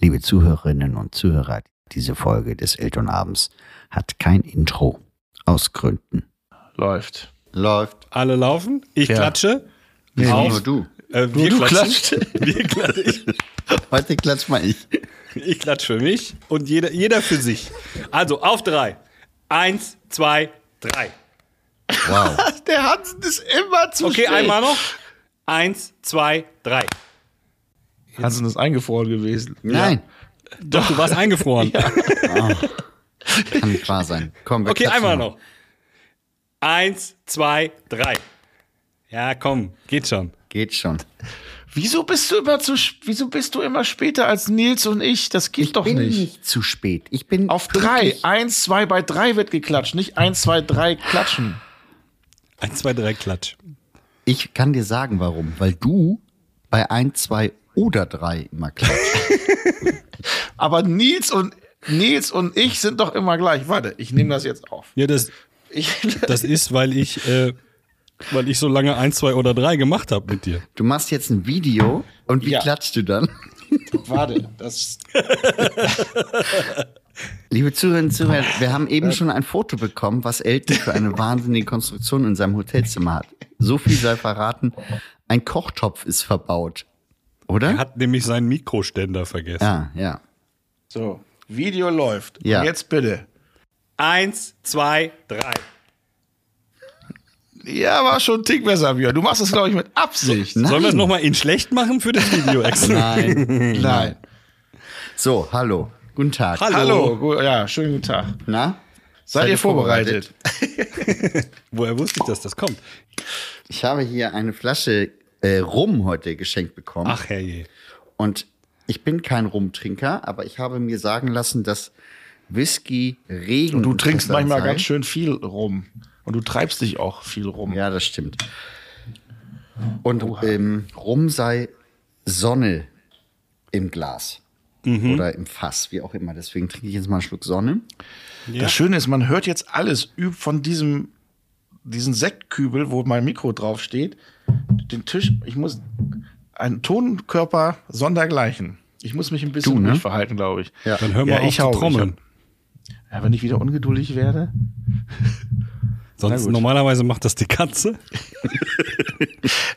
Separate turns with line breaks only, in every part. Liebe Zuhörerinnen und Zuhörer, diese Folge des Elternabends hat kein Intro. Aus Gründen.
Läuft.
Läuft.
Alle laufen, ich
Ja.
klatsche.
Nee,
Auf.
nur du.
Äh, wir
du
klatschen. Wir klatschen. Ich,
Heute klatsch mal ich.
ich klatsche für mich und jeder, jeder für sich. Also auf drei. Eins, zwei, drei.
Wow.
Der Hansen ist immer zu
Okay, einmal noch. Eins, zwei, drei.
Hansen ist eingefroren gewesen.
Nein,
Doch, du warst eingefroren.
kann nicht wahr sein. Komm, wir
Okay,
klatschen
einmal
mal.
noch. Eins, zwei, drei. Ja, komm, geht schon.
Geht schon.
Wieso bist du immer zu sp- wieso bist du immer später als Nils und ich? Das geht doch
Bin
nicht.
nicht zu spät. Ich bin
Auf drei. Eins, zwei, bei drei wird geklatscht. Nicht eins, zwei, drei klatschen.
Eins, zwei, drei, klatsch.
Ich kann dir sagen, warum. Weil du bei 1, 2 oder 3 immer klatschst.
Aber Nils und Nils und ich sind doch immer gleich. Warte, ich nehme das jetzt auf.
Ja, das,
Ich,
das ist, weil ich, äh, weil ich so lange eins, zwei oder drei gemacht habe mit dir.
Du machst jetzt ein Video und wie
Ja.
klatschst du dann?
warte, das
Liebe Zuhörerinnen und Zuhörer, wir haben eben schon ein Foto bekommen, was Elton für eine wahnsinnige Konstruktion in seinem Hotelzimmer hat. So viel sei verraten. Ein Kochtopf ist verbaut.
Er
Oder?
hat nämlich seinen Mikroständer vergessen.
Ja, ja.
so. Video läuft.
Ja.
Und jetzt bitte.
Eins, zwei, drei.
Ja, war schon ein Tick besser, Björn. Du machst das, glaube ich, mit Absicht.
Sollen wir es nochmal in schlecht machen für das Video extra?
Nein.
Nein.
So, hallo. Guten Tag.
Hallo.
Hallo. Gu- Ja, schönen guten Tag.
Na?
Seid, ihr vorbereitet?
Woher wusste ich, dass das kommt?
Ich habe hier eine Flasche äh, Rum heute geschenkt bekommen.
Ach herrje.
Und ich bin kein Rumtrinker, aber ich habe mir sagen lassen, dass Whisky Regen.
Du trinkst manchmal
sei.
ganz schön viel rum. Und du treibst dich auch viel rum.
Ja, das stimmt. Und ähm, Rum sei Sonne im Glas oder im Fass, wie auch immer. Deswegen trinke ich jetzt mal einen Schluck Sonne.
Ja.
Das Schöne ist, man hört jetzt alles üb- von diesem diesen Sektkübel, wo mein Mikro drauf steht, den Tisch. Ich muss einen Tonkörper sondergleichen. Ich muss mich ein bisschen
Du, ne?
ruhig verhalten, glaube ich.
Ja.
Dann hör mal
Ja,
auf
ich
zu
auch, ich
trommeln.
Ja, wenn ich wieder ungeduldig werde.
Sonst
Na gut.
normalerweise macht das die Katze.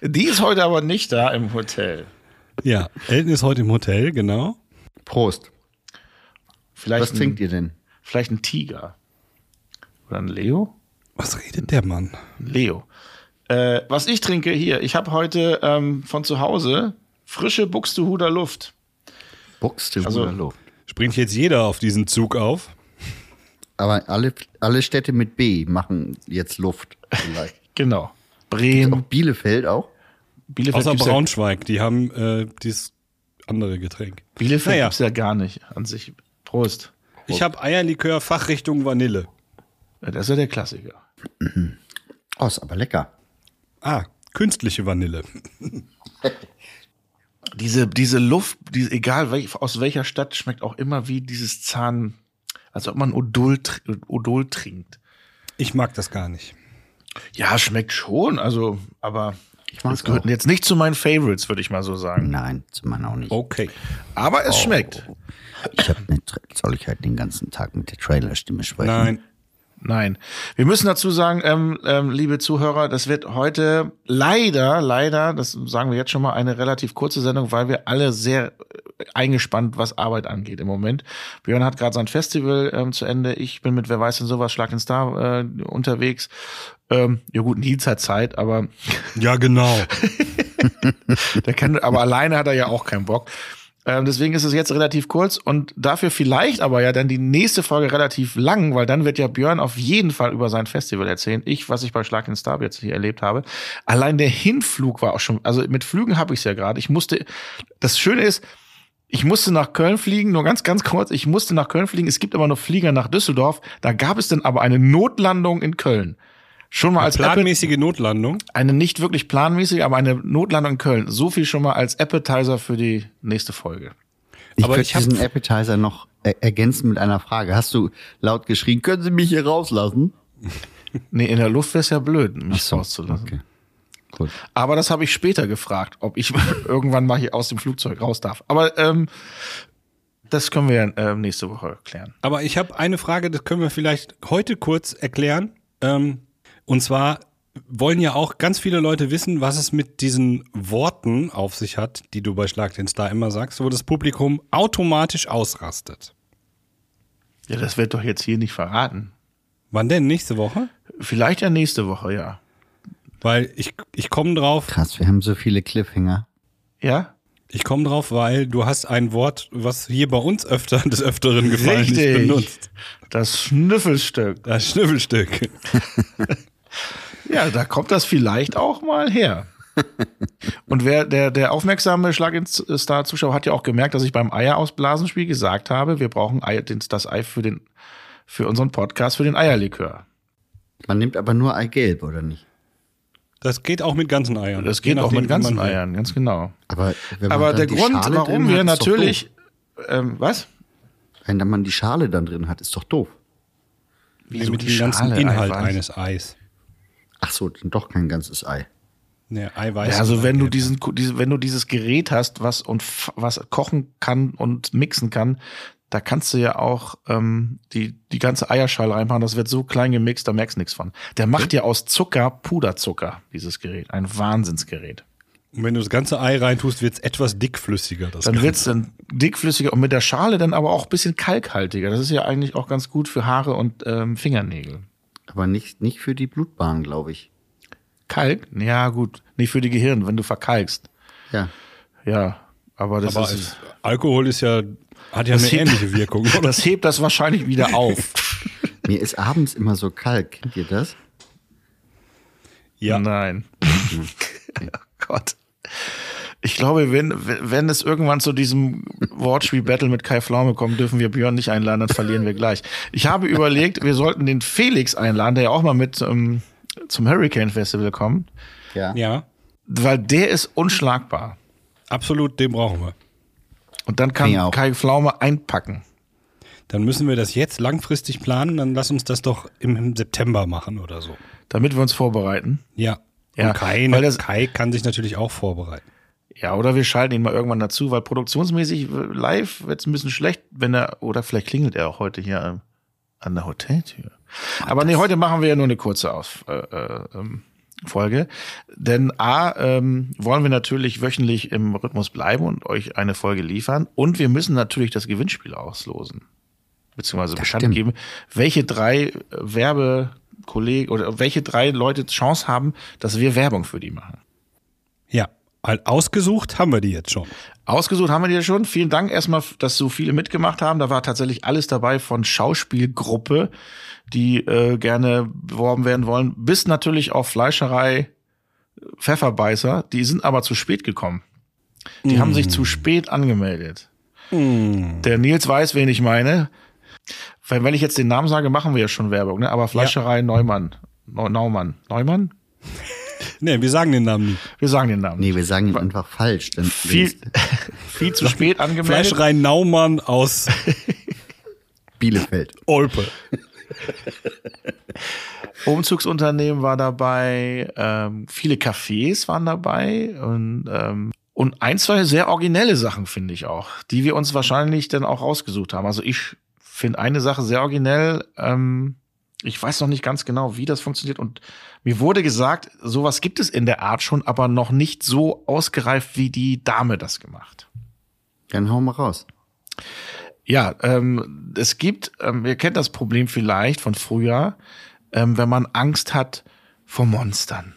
Die ist heute aber nicht da im Hotel.
Ja, Elton ist heute im Hotel, genau.
Prost.
Vielleicht
Was trinkt ihr denn?
Vielleicht ein Tiger. Oder ein Leo?
Was redet der Mann?
Leo. Äh, was ich trinke hier, ich habe heute ähm, von zu Hause frische Buxtehuder Luft.
Buxtehude
Also-
Luft.
Springt jetzt jeder auf diesen Zug auf?
Aber alle, alle Städte mit B machen jetzt Luft. Vielleicht.
Genau.
auch
Bremen,
Bielefeld auch.
Bielefeld
Außer
gibt's ja-
Braunschweig, die haben äh, dieses andere Getränk.
Bielefeld
Naja.
gibt's ja gar nicht an sich. Prost.
Ich habe Eierlikör Fachrichtung Vanille.
Ja, Das ist ja der Klassiker.
Oh, ist aber lecker.
Ah, künstliche Vanille.
Diese, diese Luft, die, egal wel, aus welcher Stadt, schmeckt auch immer wie dieses Zahn, als ob man Odol, tr- Odol trinkt.
Ich mag das gar nicht.
Ja, schmeckt schon, also, aber
Ich mag's
das gehört
auch.
jetzt nicht zu meinen Favorites, würde ich mal so sagen.
Nein, zu meiner auch nicht.
Okay.
Aber es schmeckt.
Ich habe eine Tra soll ich halt den ganzen Tag mit der Trailerstimme sprechen.
Nein.
Nein. Wir müssen dazu sagen, ähm, ähm, liebe Zuhörer, das wird heute leider, leider, das sagen wir jetzt schon mal, eine relativ kurze Sendung, weil wir alle sehr äh, eingespannt, was Arbeit angeht im Moment. Björn hat gerade sein Festival ähm, zu Ende. Ich bin mit Wer weiß denn sowas, Schlag den Star äh, unterwegs. Ähm, ja gut, Nils hat Zeit, aber
Ja, genau.
der kann, aber alleine hat er ja auch keinen Bock. Ähm, deswegen ist es jetzt relativ kurz und dafür vielleicht aber ja dann die nächste Folge relativ lang, weil dann wird ja Björn auf jeden Fall über sein Festival erzählen. Ich, was ich bei Schlag in Star jetzt hier erlebt habe. Allein der Hinflug war auch schon, also mit Flügen habe ich es ja gerade. Ich musste, das Schöne ist, ich musste nach Köln fliegen, nur ganz, ganz kurz. Ich musste nach Köln fliegen. Es gibt aber noch Flieger nach Düsseldorf. Da gab es dann aber eine Notlandung in Köln. Schon mal als Apple
Planmäßige Notlandung.
eine nicht wirklich planmäßige, aber eine Notlandung in Köln. So viel schon mal als Appetizer für die nächste Folge.
Ich
Aber
würde
ich hab-
diesen Appetizer noch äh, ergänzen mit einer Frage. Hast du laut geschrien, können Sie mich hier rauslassen?
Nee, in der Luft wäre es ja blöd, mich rauszulassen.
Okay. Gut.
Aber das habe ich später gefragt, ob ich irgendwann mal hier aus dem Flugzeug raus darf. Aber ähm, das können wir äh, nächste Woche klären.
Aber ich habe eine Frage, das können wir vielleicht heute kurz erklären. Ähm, und zwar wollen ja auch ganz viele Leute wissen, was es mit diesen Worten auf sich hat, die du bei Schlag den Star immer sagst, wo das Publikum automatisch ausrastet.
Ja, das wird doch jetzt hier nicht verraten.
Wann denn? Nächste Woche?
Vielleicht ja nächste Woche, ja.
Weil ich, ich komme drauf,
Krass, wir haben so viele Cliffhanger.
Ja?
ich komme drauf, weil du hast ein Wort, was hier bei uns öfter des Öfteren gefallen ist,
Richtig.
benutzt.
Das Schnüffelstück.
Das Schnüffelstück.
Ja, da kommt das vielleicht auch mal her. Und wer, der, der aufmerksame Schlaginstar-Zuschauer hat ja auch gemerkt, dass ich beim Eierausblasenspiel gesagt habe, wir brauchen Ei, den, das Ei für, den, für unseren Podcast, für den Eierlikör.
Man nimmt aber nur Eigelb, oder nicht?
Das geht auch mit ganzen Eiern.
Das geht
Je
auch
nachdem,
mit
wie
ganzen
man will.
Eiern, ganz genau.
Aber, wenn man
Aber
dann
der
die
Grund,
Schale
warum
drin
wir
hat, ist doch
natürlich. Ähm, was?
Doof. Wenn dann man die Schale dann drin hat, ist doch doof.
Nee,
Wieso
mit
die
dem ganzen
Schale
Inhalt
einfach?
eines Eis.
Ach so, dann doch kein ganzes Ei.
Ne, Eiweiß.
Ja, also
und
wenn du
Eigelb.
diesen, diese, wenn du dieses Gerät hast, was und f- was kochen kann und mixen kann, da kannst du ja auch ähm, die die ganze Eierschale reinmachen. Das wird so klein gemixt, da merkst du nichts von. Der macht ja aus Zucker Puderzucker dieses Gerät, ein Wahnsinnsgerät.
Und wenn du das ganze Ei reintust, wird es etwas dickflüssiger. Das
Dann
Ganze.
wird's dann dickflüssiger und mit der Schale dann aber auch ein bisschen kalkhaltiger. Das ist ja eigentlich auch ganz gut für Haare und ähm, Fingernägel.
Aber nicht, nicht für die Blutbahn, glaube ich.
Kalk? Ja gut, nicht für die Gehirn, wenn du verkalkst.
Ja.
Ja, aber das
Aber
ist
es- Alkohol ist ja, hat ja eine
hebt-
ähnliche Wirkung, oder?
das hebt das wahrscheinlich wieder auf.
Mir ist abends immer so kalt. Kennt ihr das?
Ja.
Nein. oh Gott. Ich glaube, wenn, wenn es irgendwann zu diesem Wortspiel-Battle mit Kai Pflaume kommt, dürfen wir Björn nicht einladen, dann verlieren wir gleich. Ich habe überlegt, wir sollten den Felix einladen, der ja auch mal mit ähm, zum Hurricane Festival kommt,
Ja.
Ja,
weil der ist unschlagbar.
absolut, den brauchen wir.
Und dann kann
Ich auch.
Kai Pflaume einpacken.
Dann müssen wir das jetzt langfristig planen, dann lass uns das doch im, im September machen oder so.
Damit wir uns vorbereiten.
Ja.
Ja,
Und Kai,
weil das-
Kai kann sich natürlich auch vorbereiten.
Ja, oder wir schalten ihn mal irgendwann dazu, weil produktionsmäßig äh, live wird's ein bisschen schlecht, wenn er, oder vielleicht klingelt er auch heute hier ähm, an der Hoteltür. Aber nee, heute machen wir ja nur eine kurze Aus, äh, äh, ähm, Folge. Denn A, ähm, wollen wir natürlich wöchentlich im Rhythmus bleiben und euch eine Folge liefern. Und wir müssen natürlich das Gewinnspiel auslosen. Beziehungsweise bekannt
stimmt.
geben, welche drei äh, Werbekollegen oder welche drei Leute Chance haben, dass wir Werbung für die machen.
Ja, weil ausgesucht haben wir die jetzt schon.
Ausgesucht haben wir dir schon. Vielen Dank erstmal, dass so viele mitgemacht haben. Da war tatsächlich alles dabei von Schauspielgruppe, die äh, gerne beworben werden wollen, bis natürlich auch Fleischerei äh, Pfefferbeißer. Die sind aber zu spät gekommen. Die haben sich zu spät angemeldet. Der Nils weiß, wen ich meine. Wenn, wenn ich jetzt den Namen sage, machen wir ja schon Werbung, ne? Aber Fleischerei Neumann. Neu- Naumann. Neumann?
Nee, wir sagen den Namen nie.
Wir sagen den Namen.
Nee, wir sagen ihn einfach falsch. Dann
Viel, viel zu spät angemeldet.
Fleischerei Naumann aus
Bielefeld.
Olpe.
Umzugsunternehmen war dabei, ähm, viele Cafés waren dabei und, ähm, und ein, zwei sehr originelle Sachen, finde ich auch, die wir uns wahrscheinlich dann auch rausgesucht haben. Also ich finde eine Sache sehr originell. Ähm, ich weiß noch nicht ganz genau, wie das funktioniert. Und mir wurde gesagt, sowas gibt es in der Art schon, aber noch nicht so ausgereift, wie die Dame das gemacht.
Dann hau mal raus.
Ja, ähm, es gibt, ähm, ihr kennt das Problem vielleicht von früher, ähm, wenn man Angst hat vor Monstern.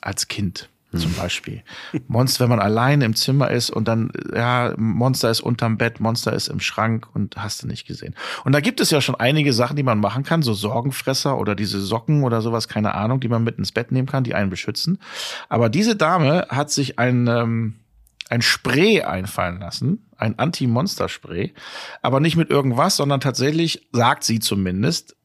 Als Kind zum Beispiel. Monster, wenn man allein im Zimmer ist und dann, ja, Monster ist unterm Bett, Monster ist im Schrank und hast du nicht gesehen. Und da gibt es ja schon einige Sachen, die man machen kann, so Sorgenfresser oder diese Socken oder sowas, keine Ahnung, die man mit ins Bett nehmen kann, die einen beschützen. Aber diese Dame hat sich ein, ähm, ein Spray einfallen lassen, ein Anti-Monster-Spray, aber nicht mit irgendwas, sondern tatsächlich, sagt sie zumindest,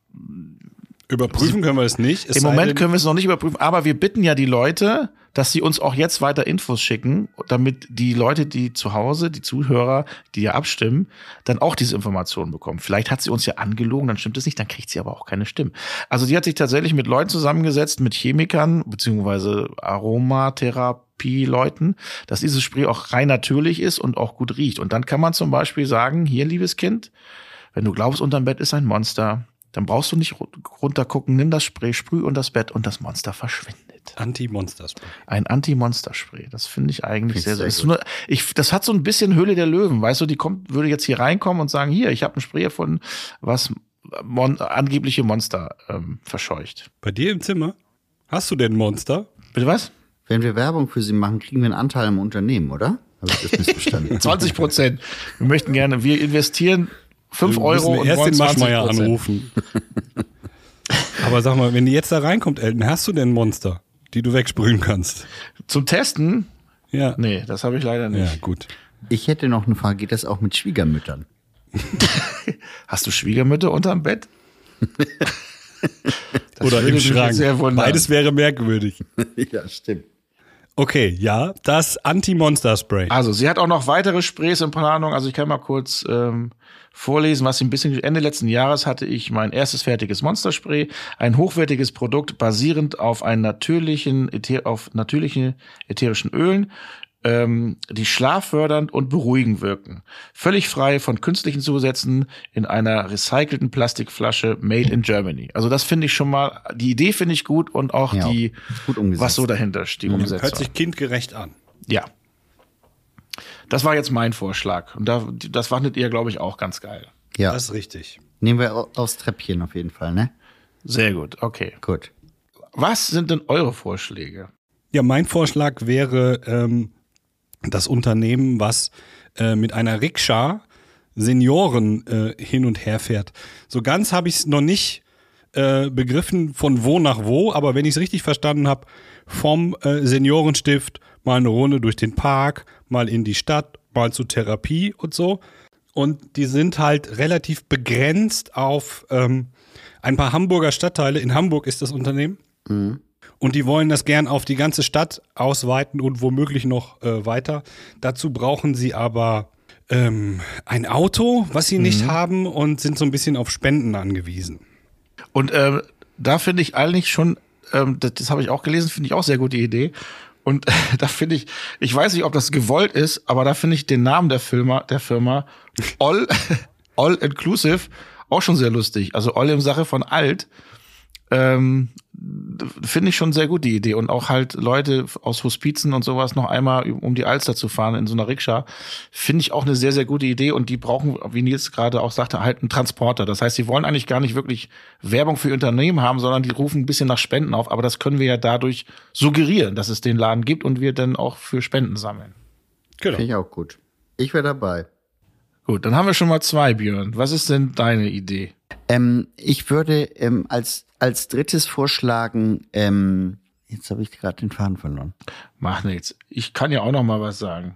Überprüfen können wir es nicht. Es
im
sei
Moment
denn,
können wir es noch nicht überprüfen, aber wir bitten ja die Leute, dass sie uns auch jetzt weiter Infos schicken, damit die Leute, die zu Hause, die Zuhörer, die ja abstimmen, dann auch diese Informationen bekommen. Vielleicht hat sie uns ja angelogen, dann stimmt es nicht, dann kriegt sie aber auch keine Stimme. Also die hat sich tatsächlich mit Leuten zusammengesetzt, mit Chemikern, beziehungsweise Aromatherapie. Therapie-Leuten, dass dieses Spray auch rein natürlich ist und auch gut riecht. Und dann kann man zum Beispiel sagen, hier, liebes Kind, wenn du glaubst, unterm Bett ist ein Monster, dann brauchst du nicht ru- runtergucken, nimm das Spray, sprüh unter das Bett und das Monster verschwindet.
Anti-Monsters.
Ein Anti-Monster-Spray. Das finde ich eigentlich
Find's
sehr, sehr
sehr
ist
gut.
nur, ich, Das hat so ein bisschen Höhle der Löwen, weißt du, die kommt, würde jetzt hier reinkommen und sagen, hier, ich habe ein Spray von was mon, angebliche Monster ähm, verscheucht.
Bei dir im Zimmer? Hast du denn Monster?
Bitte was?
Wenn wir Werbung für sie machen, kriegen wir einen Anteil im Unternehmen, oder? Habe ich das missverstanden?
20 Prozent. Wir möchten gerne, wir investieren 5
Wir
Euro
müssen
und
erst
wollen
den
20
Maschmeyer anrufen. Aber sag mal, wenn die jetzt da reinkommt, Elton, hast du denn Monster, die du wegsprühen kannst?
Zum Testen?
Ja.
Nee, das habe ich leider nicht.
Ja, gut.
Ich hätte noch eine Frage, geht das auch mit Schwiegermüttern?
Hast du Schwiegermütter unterm Bett? Das
Oder
würde
im
mich
Schrank.
Sehr wundern.
Beides wäre merkwürdig.
ja, stimmt.
Okay, ja, das Anti-Monster-Spray.
Also, sie hat auch noch weitere Sprays in Planung. Also, ich kann mal kurz ähm, vorlesen, was sie ein bisschen. Ende letzten Jahres hatte ich mein erstes fertiges Monsterspray. Ein hochwertiges Produkt basierend auf einen natürlichen, äther, auf natürlichen ätherischen Ölen, ähm, die schlaffördernd und beruhigend wirken. Völlig frei von künstlichen Zusätzen in einer recycelten Plastikflasche made in Germany. Also, das finde ich schon mal, die Idee finde ich gut und auch
Ja,
die,
ist gut umgesetzt. Mhm.
was so dahinter steht, die Umsetzung.
Hört sich kindgerecht an.
Ja. Das war jetzt mein Vorschlag. Und da, das fandet ihr, glaube ich, auch ganz geil.
Ja,
Das ist richtig.
nehmen wir au- aufs Treppchen auf jeden Fall, ne?
Sehr gut, okay.
Gut.
Was sind denn eure Vorschläge?
Ja, mein Vorschlag wäre, ähm, das Unternehmen, was äh, mit einer Rikscha Senioren äh, hin und her fährt. So ganz habe ich es noch nicht äh, begriffen von wo nach wo, aber wenn ich es richtig verstanden habe, vom äh, Seniorenstift mal eine Runde durch den Park, mal in die Stadt, mal zur Therapie und so. Und die sind halt relativ begrenzt auf ähm, ein paar Hamburger Stadtteile. In Hamburg ist das Unternehmen. Und die wollen das gern auf die ganze Stadt ausweiten und womöglich noch äh, weiter. Dazu brauchen sie aber ähm, ein Auto, was sie nicht haben und sind so ein bisschen auf Spenden angewiesen.
Und ähm, da finde ich eigentlich schon, ähm, das, das habe ich auch gelesen, finde ich auch sehr gute Idee. Und da finde ich, ich weiß nicht, ob das gewollt ist, aber da finde ich den Namen der Firma, der Firma All, All Inclusive auch schon sehr lustig. Also All im Sache von alt. Ähm, d- finde ich schon sehr gut die Idee und auch halt Leute aus Hospizen und sowas noch einmal ü- um die Alster zu fahren in so einer Rikscha finde ich auch eine sehr sehr gute Idee und die brauchen wie Nils gerade auch sagte halt einen Transporter das heißt sie wollen eigentlich gar nicht wirklich Werbung für ihr Unternehmen haben sondern die rufen ein bisschen nach Spenden auf aber das können wir ja dadurch suggerieren dass es den Laden gibt und wir dann auch für Spenden sammeln
Genau.
Finde ich auch gut. Ich wäre dabei.
gut dann haben wir schon mal zwei Björn was ist denn deine Idee
Ähm, ich würde ähm, als, als drittes vorschlagen, ähm, jetzt habe ich gerade den Faden verloren.
Macht nichts. Ich kann ja auch noch mal was sagen.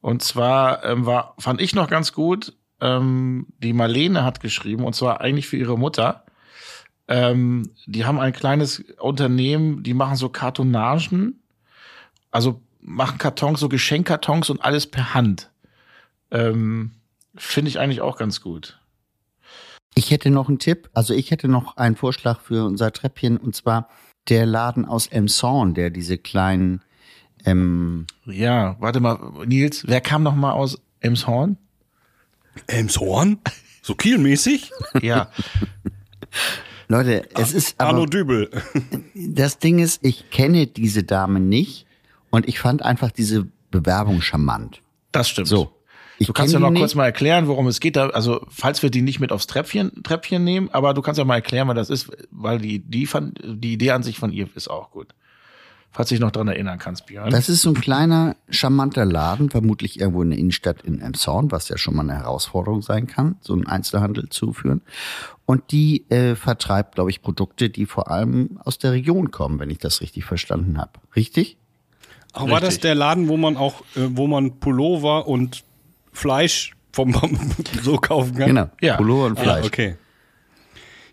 Und zwar ähm, war, fand ich noch ganz gut, ähm, die Marlene hat geschrieben, und zwar eigentlich für ihre Mutter. Ähm, die haben ein kleines Unternehmen, die machen so Kartonagen, also machen Kartons, so Geschenkkartons und alles per Hand. Ähm, Finde ich eigentlich auch ganz gut.
Ich hätte noch einen Tipp, also ich hätte noch einen Vorschlag für unser Treppchen und zwar der Laden aus Emson, der diese kleinen ähm,
Ja, warte mal, Nils, wer kam noch mal aus Emshorn?
Elmshorn? So kielmäßig?
Ja,
Leute, es ist aber
Arno Dübel.
das Ding ist, ich kenne diese Dame nicht und ich fand einfach diese Bewerbung charmant.
das stimmt.
So. Ich
Du kannst ja
kenn
noch
die
kurz
nicht.
mal erklären, worum es geht. Da, also, falls wir die nicht mit aufs Treppchen, Treppchen nehmen, aber du kannst ja mal erklären, was das ist, weil die, die, fand, die Idee an sich von ihr ist auch gut. Falls du dich noch dran erinnern kannst, Björn.
Das ist so ein kleiner, charmanter Laden, vermutlich irgendwo in der Innenstadt in Emshorn, was ja schon mal eine Herausforderung sein kann, so einen Einzelhandel zu führen. Und die äh, vertreibt, glaube ich, Produkte, die vor allem aus der Region kommen, wenn ich das richtig verstanden habe. Richtig?
Auch war das
Richtig.
der Laden, wo man auch, äh, wo man Pullover und Fleisch vom so kaufen kann?
Genau.
Ja.
Pullover und Fleisch.
Ah, okay.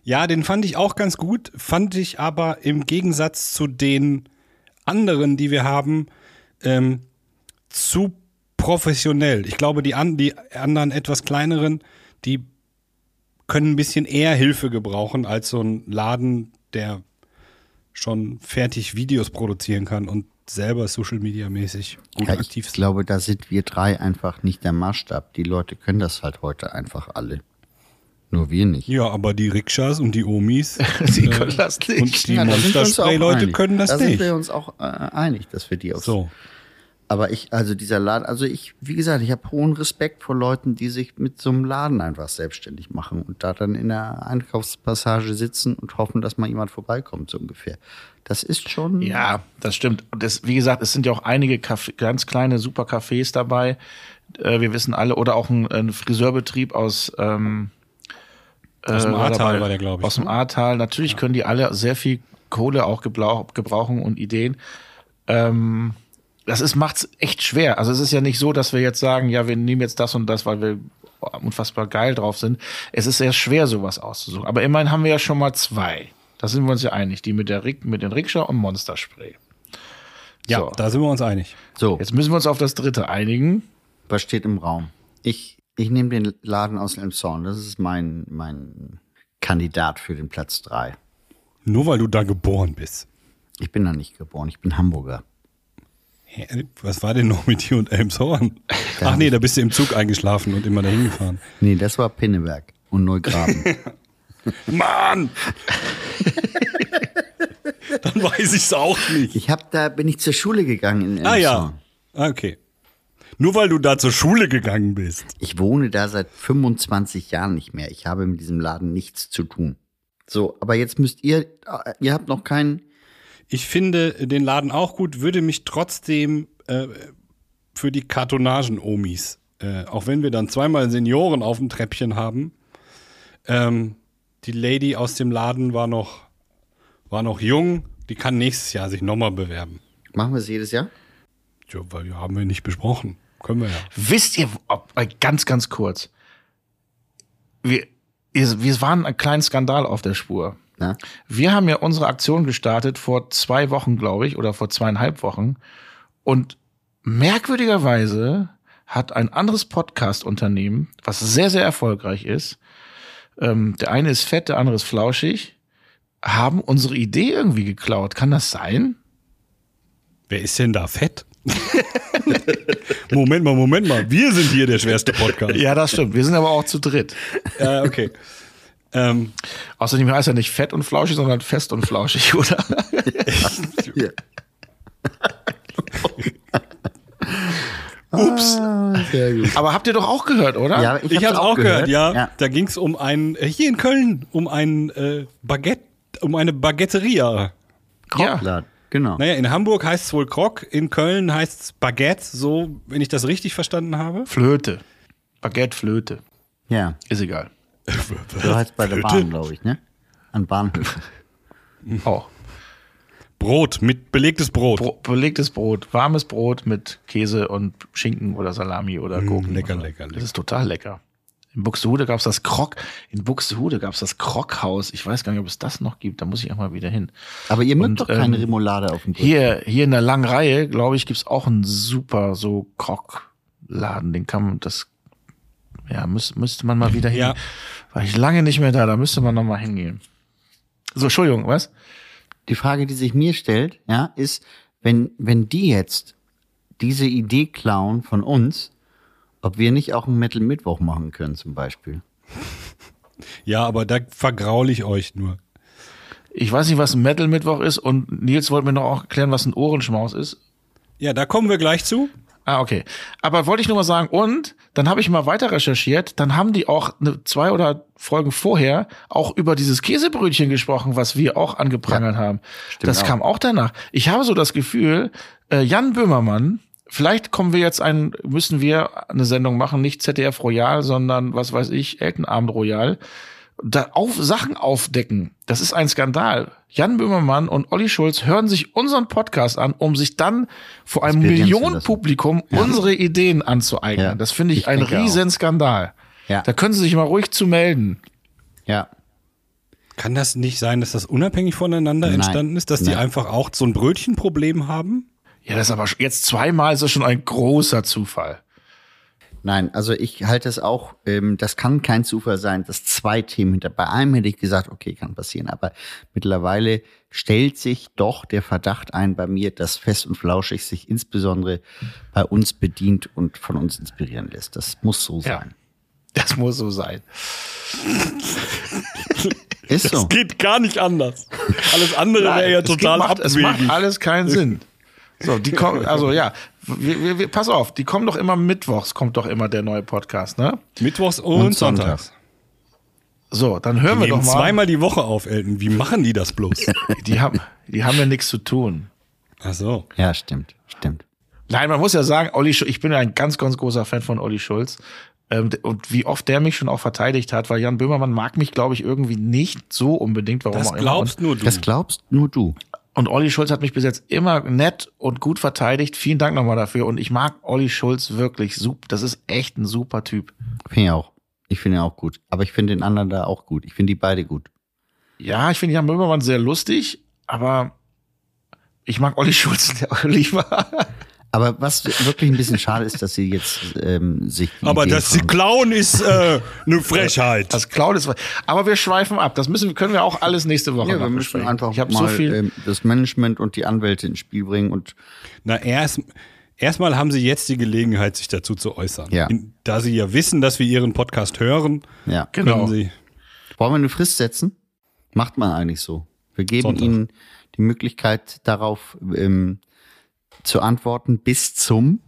Ja, den fand ich auch ganz gut, fand ich aber im Gegensatz zu den anderen, die wir haben, ähm, zu professionell. Ich glaube, die, an, die anderen etwas kleineren, die können ein bisschen eher Hilfe gebrauchen als so ein Laden, der schon fertig Videos produzieren kann und selber Social Media mäßig gut
Ja,
aktiv
ich
sind.
glaube, da sind wir drei einfach nicht der Maßstab. Die Leute können das halt heute einfach alle. Nur wir nicht.
Ja, aber die Rikschas und die Omis äh,
Sie können das nicht.
und die
Ja, da sind wir uns auch
Monsterspray-Leute
einig.
können das
da
nicht.
Da sind wir uns auch äh, einig, dass wir die aufs
So.
Aber ich, also dieser Laden, also ich, wie gesagt, ich habe hohen Respekt vor Leuten, die sich mit so einem Laden einfach selbstständig machen und da dann in der Einkaufspassage sitzen und hoffen, dass mal jemand vorbeikommt, so ungefähr. Das ist schon.
Ja, das stimmt. Und das, wie gesagt, es sind ja auch einige Caf- ganz kleine super Cafés dabei. Äh, wir wissen alle, oder auch ein, ein Friseurbetrieb aus, ähm,
Aus dem
äh,
Ahrtal
dabei.
war der, glaube ich, ne?
Aus dem Ahrtal. Natürlich können die alle sehr viel Kohle auch gebrauch, gebrauchen und Ideen. Ähm, das ist, macht's echt schwer. Also es ist ja nicht so, dass wir jetzt sagen, ja, wir nehmen jetzt das und das, weil wir unfassbar geil drauf sind. Es ist sehr schwer, sowas auszusuchen. Aber immerhin haben wir ja schon mal zwei. Da sind wir uns ja einig. Die mit der Rik mit den Rikscha und Monsterspray.
Ja,
So.
da sind wir uns einig.
So,
Jetzt müssen wir uns auf das dritte einigen.
was steht im Raum? Ich, ich nehme den Laden aus Elmshorn. Das ist mein, mein Kandidat für den Platz drei.
Nur weil du da geboren bist.
Ich bin da nicht geboren, ich bin Hamburger.
Hä? Was war denn noch mit dir und Elmshorn? Ach nee, da bist du im Zug eingeschlafen und immer dahin gefahren.
Nee, das war Pinneberg und Neugraben.
Mann! Dann weiß ich's auch nicht.
ich hab da, bin ich zur Schule gegangen in Elmshorn.
Ah ja. Ah, Okay. Nur weil du da zur Schule gegangen bist.
Ich wohne da seit 25 Jahren nicht mehr. Ich habe mit diesem Laden nichts zu tun. So, aber jetzt müsst ihr, äh, ihr habt noch keinen.
Ich finde den Laden auch gut, würde mich trotzdem äh, für die Kartonagen-Omis, äh, auch wenn wir dann zweimal Senioren auf dem Treppchen haben, ähm, die Lady aus dem Laden war noch, war noch jung, die kann nächstes Jahr sich nochmal bewerben.
Machen wir es jedes Jahr?
Ja, weil die haben wir nicht besprochen. Können wir ja.
Wisst ihr, ob, äh, ganz, ganz kurz. Wir, wir wir waren einen kleinen Skandal auf der Spur.
Na?
Wir haben ja unsere Aktion gestartet vor zwei Wochen, glaube ich, oder vor zweieinhalb Wochen. Und merkwürdigerweise hat ein anderes Podcast-Unternehmen, was sehr, sehr erfolgreich ist, ähm, der eine ist fett, der andere ist flauschig, haben unsere Idee irgendwie geklaut. Kann das sein?
Wer ist denn da fett? Moment mal, Moment mal. Wir sind hier der schwerste Podcast.
Ja, das stimmt. Wir sind aber auch zu dritt.
Äh, okay. Ähm,
Außerdem heißt er nicht fett und flauschig, sondern fest und flauschig, oder?
ups.
Sehr gut.
Aber habt ihr doch auch gehört, oder?
Ja, ich,
Ah, Ich,
hab's
hab's auch gehört, ja.
ja.
Da ging's um ein, äh, hier in Köln, um ein äh, Baguette, um eine Baguetteria.
ja.
Laden. Genau.
Naja, in Hamburg heißt es wohl Krog, in Köln heißt es Baguette, so, wenn ich das richtig verstanden habe.
Flöte. Baguette, Flöte.
Ja,
Ist egal.
so heißt bei der
Flöte?
Bahn, glaube ich, ne? An Bahnhöfen.
Auch.
Brot, mit belegtes Brot.
Bro belegtes Brot, warmes Brot mit Käse und Schinken oder Salami oder Gurken.
lecker,
oder.
lecker,
Das
lecker.
ist total lecker. In Buxtehude gab's das Krog, in Buxtehude gab's das Kroghaus. Ich weiß gar nicht, ob es das noch gibt. Da muss ich auch mal wieder hin.
Aber ihr mögt
Und,
doch keine
ähm,
Remoulade auf dem Grill.
Hier, hier in der langen Reihe, glaube ich, gibt's auch einen super so Krog-Laden. Den kann man, das, ja, müß, müsste man mal wieder hin.
Ja.
War ich lange nicht mehr da, da müsste man noch mal hingehen. So, Entschuldigung, was?
Die Frage, die sich mir stellt, ja, ist, wenn, wenn die jetzt diese Idee klauen von uns, ob wir nicht auch einen Metal Mittwoch machen können, zum Beispiel.
Ja, aber da vergraul ich euch nur.
Ich weiß nicht, was ein Metal-Mittwoch ist und Nils wollte mir noch auch erklären, was ein Ohrenschmaus ist.
Ja, da kommen wir gleich zu.
Ah, okay. Aber wollte ich nur mal sagen, und dann habe ich mal weiter recherchiert, dann haben die auch ne, zwei oder Folgen vorher auch über dieses Käsebrötchen gesprochen, was wir auch angeprangert haben. Das
auch.
kam auch danach. Ich habe so das Gefühl, äh, Jan Böhmermann, vielleicht kommen wir jetzt ein, müssen wir eine Sendung machen, nicht ZDF Royal, sondern was weiß ich, Eltenabend Royal. Da auf Sachen aufdecken, das ist ein Skandal. Jan Böhmermann und Olli Schulz hören sich unseren Podcast an, um sich dann vor einem
Experience
Millionen
lassen.
Publikum unsere Ideen anzueignen.
Ja,
Das finde ich,
ich
ein
denke auch.
Riesenskandal.
Ja.
Da können Sie sich mal ruhig zu melden.
Ja.
Kann das nicht sein, dass das unabhängig voneinander entstanden ist, dass die
Nein.
einfach auch so ein Brötchenproblem haben?
Ja, das ist aber sch- jetzt zweimal ist das schon ein großer Zufall.
Nein, also ich halte es auch, ähm, das kann kein Zufall sein, dass zwei Themen hinter. Bei einem hätte ich gesagt, okay, kann passieren, aber mittlerweile stellt sich doch der Verdacht ein bei mir, dass Fest und Flauschig sich insbesondere bei uns bedient und von uns inspirieren lässt. Das muss so
Ja.
sein.
Das muss so sein.
Ist so.
Es geht gar nicht anders. Alles andere wäre ja
es gibt-
total
macht, Es macht
abwegig.
alles keinen Sinn. So, die kommen, also ja, wir, wir, wir, pass auf, die kommen doch immer mittwochs, kommt doch immer der neue Podcast, ne?
Mittwochs und,
Und sonntags.
sonntags.
So, dann hören
Die
wir doch
nehmen
mal.
zweimal die Woche auf, Elton. Wie machen die das bloß?
Die haben, die haben ja nichts zu tun.
Ach so.
Ja, stimmt, stimmt.
Nein, man muss ja sagen, Olli Schulz, ich bin ja ein ganz, ganz großer Fan von Olli Schulz. Ähm, d- Und wie oft der mich schon auch verteidigt hat, weil Jan Böhmermann mag mich, glaube ich, irgendwie nicht so unbedingt, warum
Das
auch immer. Und,
glaubst nur du.
Das glaubst nur du.
und Olli Schulz hat mich bis jetzt immer nett und gut verteidigt. Vielen Dank nochmal dafür. Und ich mag Olli Schulz wirklich super. Das ist echt ein super Typ.
Finde ich auch. Ich finde ihn auch gut. Aber ich finde den anderen da auch gut. Ich finde die beide gut.
Ja, ich finde Jan Böhmermann sehr lustig, aber ich mag Olli Schulz lieber.
Aber was wirklich ein bisschen schade ist, dass sie jetzt ähm, sich. die
Aber
Ideen
dass sie
klauen.
klauen, ist äh, eine Frechheit.
Das Cloud ist. Aber wir schweifen ab. Das müssen, können wir auch alles nächste Woche
Ja, wir
noch
müssen
besprechen.
einfach
ich hab
mal
so viel.
ähm, das Management und die Anwälte ins Spiel bringen und
Na, erst, erstmal haben sie jetzt die Gelegenheit, sich dazu zu äußern.
Ja.
In, da sie ja wissen, dass wir ihren Podcast hören,
ja.
genau.
können sie.
Wollen wir eine Frist setzen? Macht man eigentlich so. Wir geben
Sonntag.
ihnen die Möglichkeit, darauf ähm, zu antworten bis zum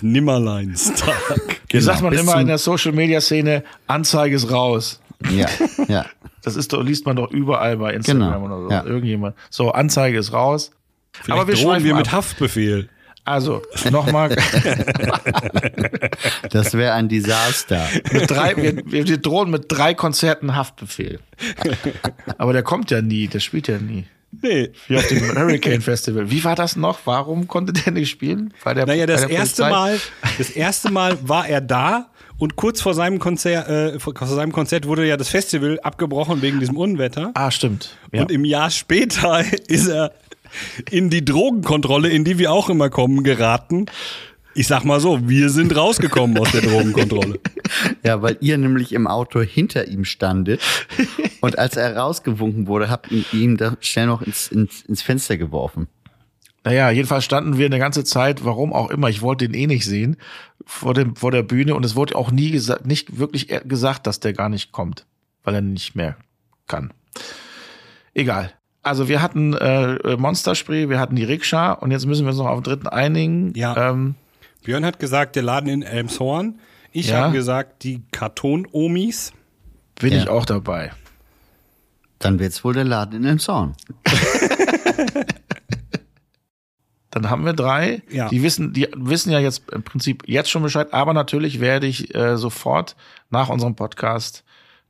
Genau. Nimmerleinstag.
Wie sagt man
bis
immer
zum-
in der Social Media Szene, Anzeige ist raus.
ja, ja.
Das ist doch, liest man doch überall bei Instagram
Genau,
oder so.
ja.
Irgendjemand. So, Anzeige ist raus.
Vielleicht
Aber wir
drohen
schweifen
wir
ab.
mit Haftbefehl.
Also, nochmal,
Das wäre ein Desaster.
mit drei, wir, wir, wir drohen mit drei Konzerten Haftbefehl. Aber der kommt ja nie, der spielt ja nie.
Nee.
Wie auf dem Hurricane Festival. Wie war das noch? Warum konnte der nicht spielen? Bei der,
Naja, das
bei der
erste
Polizei?
Mal, das erste Mal war er da und kurz vor seinem Konzert, äh, vor, vor seinem Konzert wurde ja das Festival abgebrochen wegen diesem Unwetter.
Ah, stimmt. Ja.
Und im Jahr später ist er in die Drogenkontrolle, in die wir auch immer kommen, geraten. Ich sag mal so, wir sind rausgekommen aus der Drogenkontrolle.
Ja, weil ihr nämlich im Auto hinter ihm standet und als er rausgewunken wurde, habt ihr ihm da schnell noch ins, ins, ins Fenster geworfen.
Naja, jedenfalls standen wir eine ganze Zeit, warum auch immer, ich wollte den eh nicht sehen, vor, dem, vor der Bühne und es wurde auch nie gesagt, nicht wirklich e- gesagt, dass der gar nicht kommt, weil er nicht mehr kann. Egal. Also wir hatten äh, äh, Monsterspray, wir hatten die Rikscha und jetzt müssen wir uns noch auf den dritten einigen.
Ja.
Ähm,
Björn hat gesagt, der Laden in Elmshorn. Ich
Ja.
habe gesagt, die Karton-Omis.
bin
Ja.
ich auch dabei.
Dann wird's wohl der Laden in einem Zorn.
Dann haben wir drei.
Ja.
Die wissen, die wissen ja jetzt im Prinzip jetzt schon Bescheid, aber natürlich werde ich äh, sofort nach unserem Podcast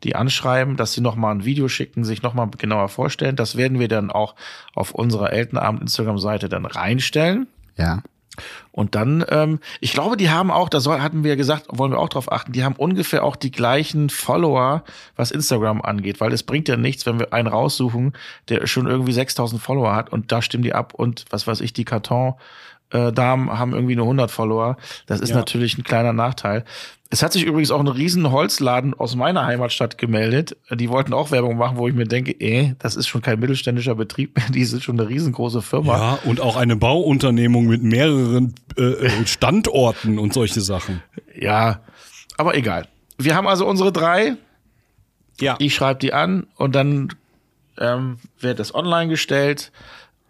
die anschreiben, dass sie nochmal ein Video schicken, sich nochmal genauer vorstellen. Das werden wir dann auch auf unserer Elternabend-Instagram-Seite dann reinstellen.
Ja.
Und dann, ähm, ich glaube, die haben auch, da soll, hatten wir gesagt, wollen wir auch drauf achten, die haben ungefähr auch die gleichen Follower, was Instagram angeht, weil es bringt ja nichts, wenn wir einen raussuchen, der schon irgendwie 6000 Follower hat und da stimmen die ab und was weiß ich, die Karton. äh, Damen haben irgendwie nur 100 Follower. Das ist
Ja.
natürlich ein kleiner Nachteil. Es hat sich übrigens auch ein riesen Holzladen aus meiner Heimatstadt gemeldet. Die wollten auch Werbung machen, wo ich mir denke, eh, das ist schon kein mittelständischer Betrieb mehr, die sind schon eine riesengroße Firma.
Ja, und auch eine Bauunternehmung mit mehreren äh, äh, Standorten und solche Sachen.
Ja, aber egal. Wir haben also unsere drei.
Ja.
Ich schreibe die an und dann ähm, wird das online gestellt.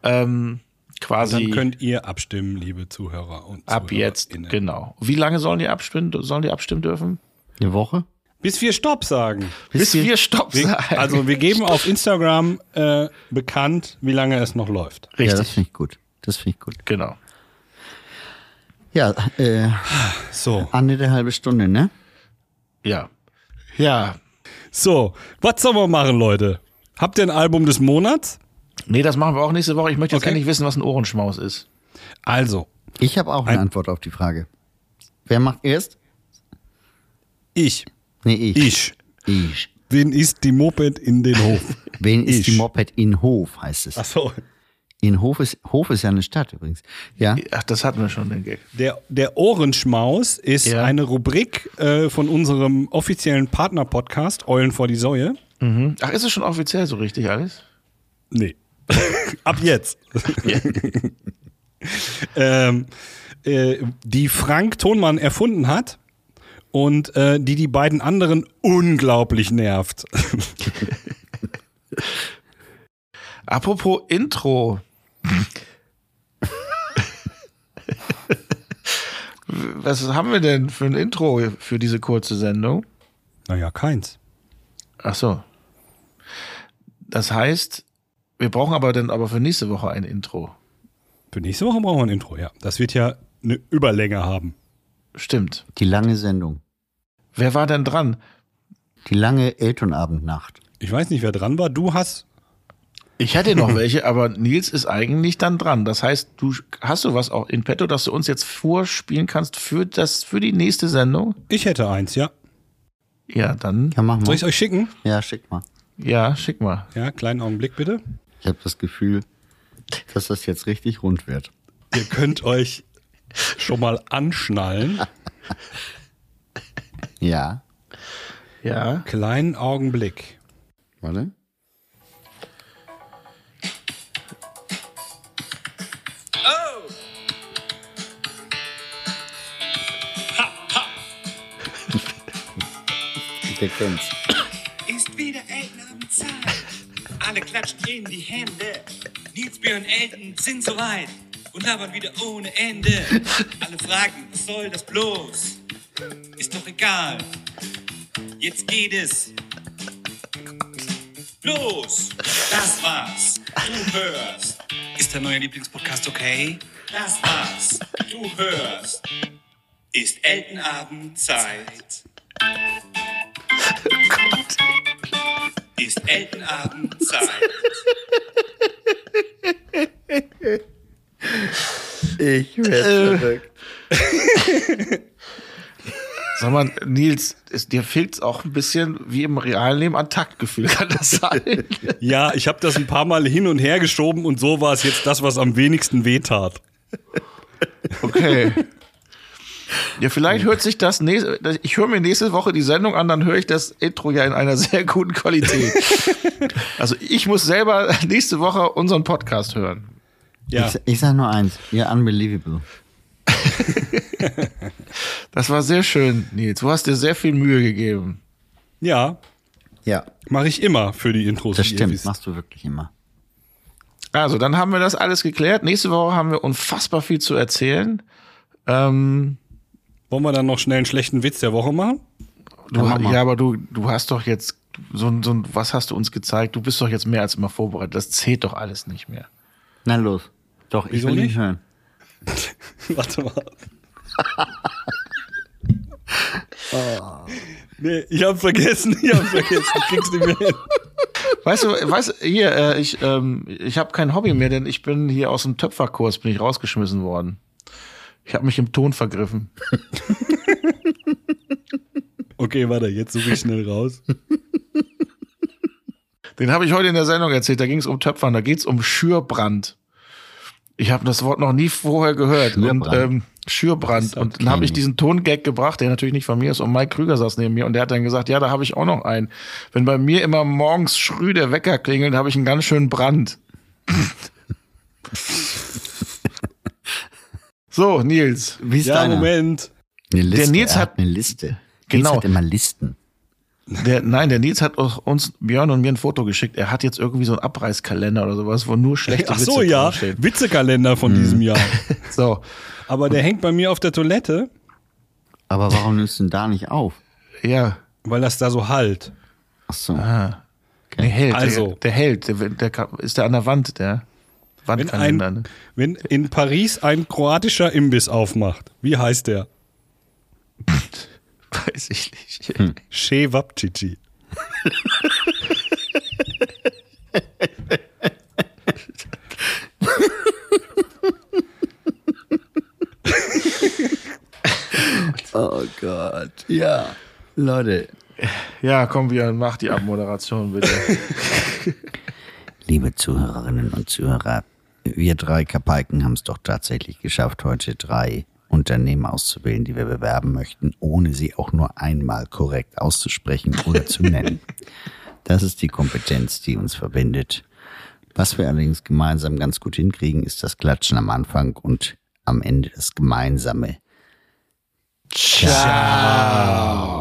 Ähm, quasi
Dann könnt ihr abstimmen, liebe Zuhörer und
ab jetzt.
ZuhörerInnen.
Genau. Wie lange sollen die abstimmen? Sollen die abstimmen dürfen?
Eine Woche?
Bis wir Stopp sagen.
Bis wir Stopp
Wir,
sagen.
also wir geben auf Instagram äh, bekannt, wie lange es noch läuft.
Ja, das
richtig.
finde ich gut. Das finde ich gut.
genau.
Ja, äh,
So.
an der halbe Stunde, ne?
Ja. Ja.
So, was sollen wir machen, Leute? Habt ihr ein Album des Monats?
Nee, das machen wir auch nächste Woche. Ich möchte jetzt
Okay.
endlich wissen, was ein Ohrenschmaus ist.
Also,
Ich habe auch eine
Ein-
Antwort auf die Frage. Wer macht erst?
ich,
Nee, ich.
ich,
Ich.
wen ist die Moped in den Hof?
Wen ist
Ich.
die Moped in Hof, heißt es.
Achso,
In Hof ist, Hof ist ja eine Stadt übrigens. Ja.
Äh,
Ach, das hatten wir schon, den Gag.
Der, der Ohrenschmaus ist
Ja.
eine Rubrik äh, von unserem offiziellen Partner-Podcast Eulen vor die Säue.
Mhm. Ach, ist es schon offiziell so richtig alles?
Nee. Ab jetzt. ähm, äh, die Frank Thonmann erfunden hat und äh, die die beiden anderen unglaublich nervt.
Apropos Intro. Was haben wir denn für ein Intro für diese kurze Sendung?
Naja, keins.
Ach so. Das heißt, wir brauchen aber dann aber für nächste Woche ein Intro.
Für nächste Woche brauchen wir ein Intro, ja. Das wird ja eine Überlänge haben.
Stimmt.
Die lange Sendung.
Wer war denn dran?
Die lange Elternabendnacht.
Ich weiß nicht, wer dran war. Du hast.
Ich hätte noch welche, aber Nils ist eigentlich dann dran. Das heißt, du hast du was auch in petto, dass du uns jetzt vorspielen kannst für das für die nächste Sendung?
Ich hätte eins, ja.
Ja, dann
Ja, mach mal.
Soll ich euch schicken?
Ja, schick mal.
ja, schick mal.
Ja, kleinen Augenblick bitte.
Ich habe das Gefühl, dass das jetzt richtig rund wird.
Ihr könnt euch schon mal anschnallen.
Ja.
Ja.
Kleinen Augenblick.
Warte. Der kennt's.
ist wieder Eltenabenzeit. Alle klatschen in die Hände. Nils, Björn, Elten sind soweit und labern wieder ohne Ende. Alle fragen, was soll das bloß? Ist doch egal. Jetzt geht es los. Das war's. Du hörst. Ist dein neuer Lieblingspodcast okay? Das war's. Du hörst. Ist Eltenabendzeit. ist Eltenabendzeit.
Ich werde verrückt.
Sag mal, Nils, es, dir fehlt's auch ein bisschen wie im realen Leben an Taktgefühl, kann das sein?
Ja, ich habe das ein paar Mal hin und her geschoben und so war es jetzt das, was am wenigsten wehtat.
Okay. Ja, vielleicht hört sich das nächste. Ich höre mir nächste Woche die Sendung an, dann höre ich das Intro ja in einer sehr guten Qualität. Also ich muss selber nächste Woche unseren Podcast hören.
Ja,
Ich, ich sag nur eins. Ja, unbelievable.
Das war sehr schön, Nils. Du hast dir sehr viel Mühe gegeben.
ja
Ja,
mache ich immer für die Intros.
das
wie ihr
stimmt.
wisst.
Machst du wirklich immer.
Also, dann haben wir das alles geklärt. Nächste Woche haben wir unfassbar viel zu erzählen. Ähm,
Wollen wir dann noch schnell einen schlechten Witz der Woche machen?
du,
mach mal.
ja, aber du, du hast doch jetzt so ein, so ein, was hast du uns gezeigt? Du bist doch jetzt mehr als immer vorbereitet. Das zählt doch alles nicht mehr.
Na los. Doch, ich
Wieso
will
nicht?
ihn hören.
Warte mal. Nee, ich hab vergessen, ich hab vergessen, ich krieg's nicht mehr hin.
Weißt du, weißt, du, hier, äh, ich, ähm, ich habe kein Hobby mehr, denn ich bin hier aus dem Töpferkurs, bin ich rausgeschmissen worden. Ich habe mich im Ton vergriffen.
Okay, warte, jetzt suche ich schnell raus.
Den habe ich heute in der Sendung erzählt, da ging es um Töpfern, da geht's um Schürbrand. Ich habe das Wort noch nie vorher gehört. Und,
Schürbrand.
ähm, Schürbrand. Und dann habe ich diesen Tongag gebracht, der natürlich nicht von mir ist. Und Mike Krüger saß neben mir und der hat dann gesagt, ja, da habe ich auch noch einen. Wenn bei mir immer morgens früh der Wecker klingelt, habe ich einen ganz schönen Brand. so, Nils.
Wie ist
Ja,
deiner?
Moment.
Eine Liste.
Der Nils
er
hat-
eine Liste. Nils
Genau.
hat immer Listen.
Der, nein, der Nils hat auch uns, Björn und mir ein Foto geschickt. Er hat jetzt irgendwie so einen Abreißkalender oder sowas, wo nur schlechte
Ach so,
Witze
ja,
drinstehen.
Witzekalender von diesem Jahr.
So,
Aber der hängt bei mir auf der Toilette,
Aber warum nimmst du ihn da nicht auf?
ja.
weil das da so halt.
Ach so.
Ah. Der Held,
Also.
der, der Held, der, der kann- ist der an der Wand, der
Wenn, ein,
Wandkalender. ne?
wenn in Paris ein kroatischer Imbiss aufmacht, wie heißt der?
Weiß ich nicht.
Shevapcici.
Oh Gott. Ja. Leute.
Ja, komm, Björn, mach die Abmoderation bitte.
Liebe Zuhörerinnen und Zuhörer,
wir drei Kapaiken haben es doch tatsächlich geschafft, heute drei Unternehmen auszuwählen, die wir bewerben möchten, ohne sie auch nur einmal korrekt auszusprechen oder zu nennen. Das ist die Kompetenz, die uns verbindet. Was wir allerdings gemeinsam ganz gut hinkriegen, ist das Klatschen am Anfang und am Ende das gemeinsame
Ciao.